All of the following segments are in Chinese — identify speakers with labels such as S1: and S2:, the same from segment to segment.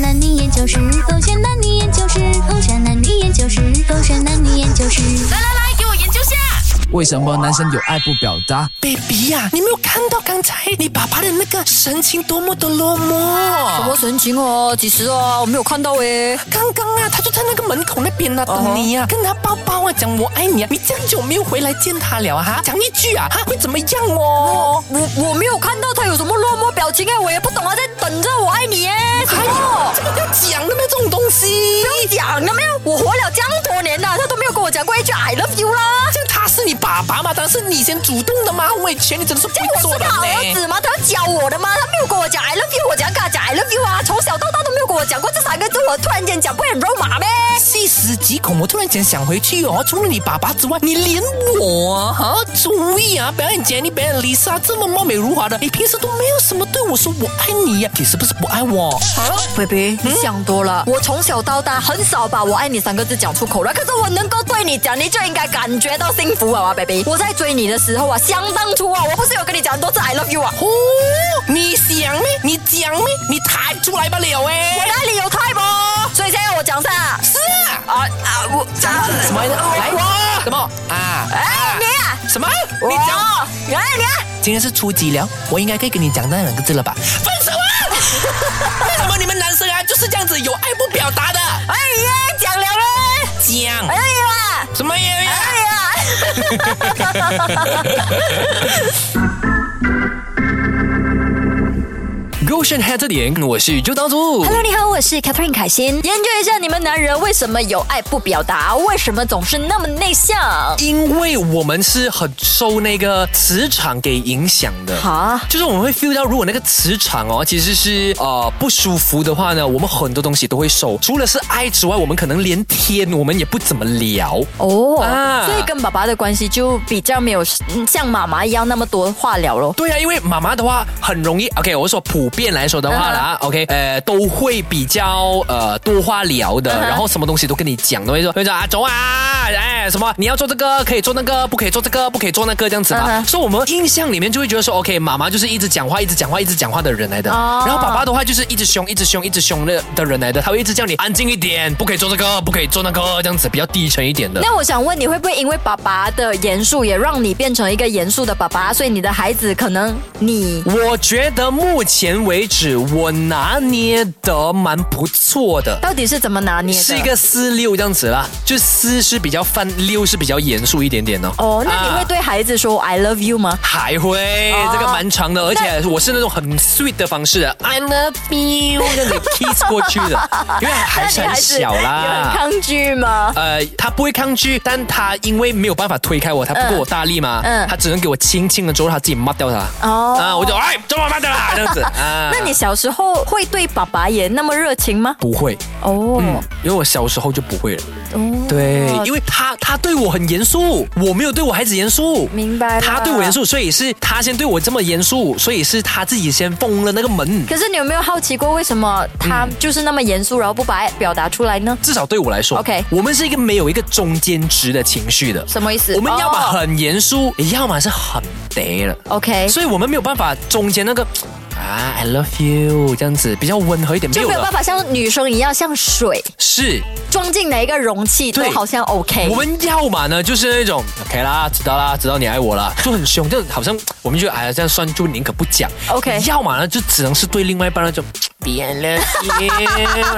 S1: 男女研究室，狗血男女研究室，狗血男女研究室，狗血男女研究室。
S2: 来来来，给我研究下。
S3: 为什么男生有爱不表达？
S4: baby 呀、你没有看到刚才你爸爸的那个神情多么的落寞？
S5: 什么神情哦？几时哦？我没有看到诶。
S4: 刚刚啊，他就在那个门口那边呢、啊，
S5: 哦
S4: 等你呀、啊，跟他抱抱啊，讲我爱你啊。你这样久没有回来见他了啊哈、讲一句啊，他会怎么样哦？
S5: 我我没有看到他有什么落寞表情哎，我也不懂啊，在等着我爱你哎。什
S4: 哎呦
S5: 么，？
S4: 这个要讲的没有这种东西。
S5: 不讲了没有？我活了这样多年了，他都没有跟我讲过一句 I love you 啦。
S4: 这样他是你爸爸嘛，当然是你先主动的嘛，魏全，你真的是不会
S5: 我
S4: 做
S5: 是
S4: 的
S5: 他儿
S4: 呢。
S5: 子吗？他要教我的吗？他没有跟我讲 I love you，我怎样跟他讲 I love you 啊？从小到大都没有跟我讲过这三个字，我突然间讲不会很肉麻咩？
S4: 细思极恐，我突然间想回去哦，除了你爸爸之外，你连我啊，哈，综艺啊，表演节你表演 Lisa 这么貌美如花的，你平时都没有什么对我说我爱你呀、你是不是不爱我？
S5: baby，你
S4: 嗯
S5: 想多了。我从小到大很少把我爱你三个字讲出口了，可是我能够对你讲，你就应该感觉到幸福啊，baby。我在追你的时候啊，想当初啊，我不是有跟你讲很多次 I love you 啊？
S4: 哦，你想咩？你讲咩？你抬出来不了哎、
S5: 我哪里有太吗？所以现在我讲啥？
S4: 是啊，
S5: 啊啊，我讲
S4: 什么？来我什么啊？
S5: 哎，你啊，
S4: 什么？
S5: 我
S4: 你讲。，
S5: 哎你啊。
S4: 今天是初几了？我应该可以跟你讲那两个字了吧？分手啊！为什么你们男生啊就是这样子有爱不表达的？
S5: 哎呀，讲了嘞！
S4: 讲
S5: 哎呀，
S4: 什么呀？
S5: 哎呀，
S3: Goshen Head 这点，我是周当主。
S5: Hello，你好，我是 Catherine 凯欣。研究一下你们男人为什么有爱不表达，为什么总是那么内向？
S3: 因为我们是很受那个磁场给影响的。
S5: 哈，
S3: 就是我们会 feel 到，如果那个磁场哦，其实是呃不舒服的话呢，我们很多东西都会受。除了是爱之外，我们可能连天我们也不怎么聊。
S5: 哦、
S3: 啊
S5: 所以跟爸爸的关系就比较没有嗯像妈妈一样那么多话聊咯。
S3: 对啊，因为妈妈的话很容易，OK，我说普遍来说的话啦、o
S5: 嗯
S3: k 呃，都会比较呃多话聊的
S5: 嗯哼
S3: 然后什么东西都跟你讲，都会说，会说啊走啊，哎什么你要做这个可以做那个，不可以做这个不可以做那个这样子嘛。
S5: 嗯哼
S3: 所以我们印象里面就会觉得说，OK，妈妈就是一直讲话一直讲话一直讲话的人来的
S5: 哦
S3: 然后爸爸的话就是一直凶一直凶一直凶的的人来的，他会一直叫你安静一点，不可以做这个不可以做那个这样子，比较低沉一点的。
S5: 那我想问，你会不会因为爸爸的严肃，也让你变成一个严肃的爸爸？所以你的孩子可能你
S3: 我觉得目前为止我拿捏得蛮不错的。
S5: 到底是怎么拿捏的？
S3: 是一个四六这样子啦，就四是比较泛，六是比较严肃一点点哦。
S5: 哦，那你会
S3: 啊
S5: 对孩子说 I love you 吗？
S3: 还会、
S5: 哦
S3: 这个蛮长的，而且我是那种很 sweet 的方式的，I love you 这样子 kiss 过去 的，因为还是
S5: 那你
S3: 很
S5: 孩子
S3: 小
S5: 有很
S3: 啦。
S5: 抗拒吗？
S3: 呃，他不会抗拒，但他因为没有办法推开我，他不够我大力嘛，
S5: 嗯嗯
S3: 他只能给我轻轻的之后他自己抹掉他。
S5: 哦
S3: 啊，我就哎，走吧，慢点啦，这样子啊。
S5: 那你小时候会对爸爸也那么热情吗？
S3: 不会，
S5: 哦，
S3: 嗯，因为我小时候就不会了。
S5: 哦
S3: 对，因为他他对我很严肃，我没有对我孩子严肃，
S5: 明白了
S3: 他对我严肃，所以是他先对我这么严肃，所以是他自己先封了那个门。
S5: 可是你有没有好奇过，为什么他
S3: 嗯
S5: 就是那么严肃，然后不把爱表达出来呢？
S3: 至少对我来说
S5: OK
S3: 我们是一个没有一个中间值的情绪的。
S5: 什么意思？
S3: 我们要么
S5: 哦
S3: 很严肃，要么是很得了，
S5: OK，
S3: 所以我们没有办法中间那个啊，I love you 这样子比较温和一点，没
S5: 就
S3: 有
S5: 没有办
S3: 了。
S5: 法像女生一样，像水
S3: 是
S5: 装进哪一个容器都
S3: 对
S5: 好像 OK
S3: 我。们要么呢就是那种 OK 啦，知道啦，知道你爱我啦，就很凶，就好像我们就哎呀这样算就宁可不讲。
S5: OK
S3: 要么呢就只能是对另外一半那种别了你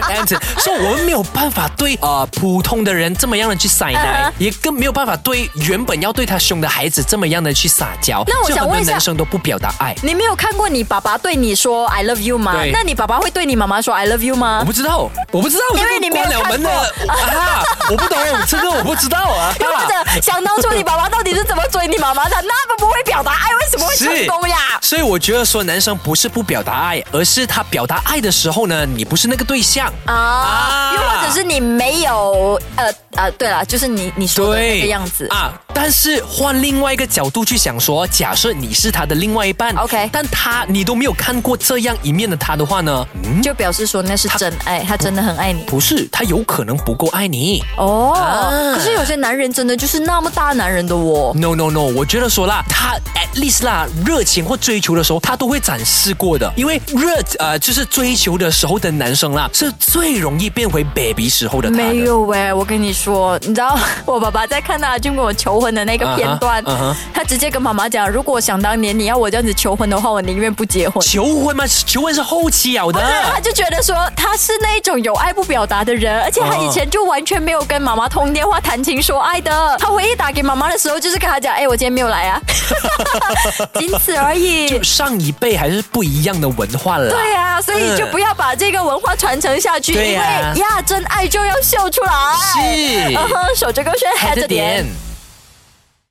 S3: 这样子， 所以我们没有办法对呃普通的人这么样的去撒
S5: 嗯
S3: 奶
S5: 哼，
S3: 也更没有办法对原本要对他凶的孩子这么样的去撒娇。
S5: 那我
S3: 就
S5: 想
S3: 很多
S5: 问一下啊
S3: 男生都不表达爱。
S5: 你没有看过你爸爸对你说 I love you 吗
S3: 对？
S5: 那你爸爸会对你妈妈说 I love you
S3: 我
S5: 吗？
S3: 不知道，我不知道，
S5: 因为你没有
S3: 关了门的啊，我不懂，这个我不知道啊。
S5: 又或者想当初你爸爸到底是怎么追你妈妈的？那么不会表达爱，为什么会成功呀？
S3: 所以我觉得说男生不是不表达爱，而是他表达爱的时候呢，你不是那个对象。
S5: 啊，又或者是你没有呃呃，对了，就是你你说的那个
S3: 对，
S5: 样子。
S3: 啊，但是换另外一个角度去想说，假设你是他的另外一半
S5: OK
S3: 但他你都没有看过这样一面的他的话呢，嗯，
S5: 就表示说那是真爱，他真的很爱你
S3: 不是，他有可能不够爱你。
S5: 哦。
S3: 啊
S5: 可是有些男人真的就是那么大男人的哦。
S3: No no no，我觉得说啦，他 at least 啦，热情或追求的时候，他都会展示过的。因为热呃，就是追求的时候的男生啦，是最容易变回 baby 时候的他的。
S5: 没有哎、我跟你说，你知道我爸爸在看到阿俊跟我求婚的那个片段
S3: 嗯哼嗯哼
S5: 他直接跟妈妈讲，如果想当年你要我这样子求婚的话，我宁愿不结婚。
S3: 求婚嘛，求婚是后期了的。
S5: 他就觉得说他是那种有爱不表达的人，而且他以前就完全没有跟妈妈通电话谈情说爱的。他唯一打给妈妈的时候，就是跟他讲：“哎、我今天没有来啊， 仅此而已。”
S3: 上一辈还是不一样的文化 了。
S5: 对呀、所以就不要把这个文化传承下去，因
S3: 对
S5: 为
S3: 呀
S5: 呀，真爱就要秀出来。
S3: 是
S5: 嗯哼手着勾选，嗨着点。
S3: 点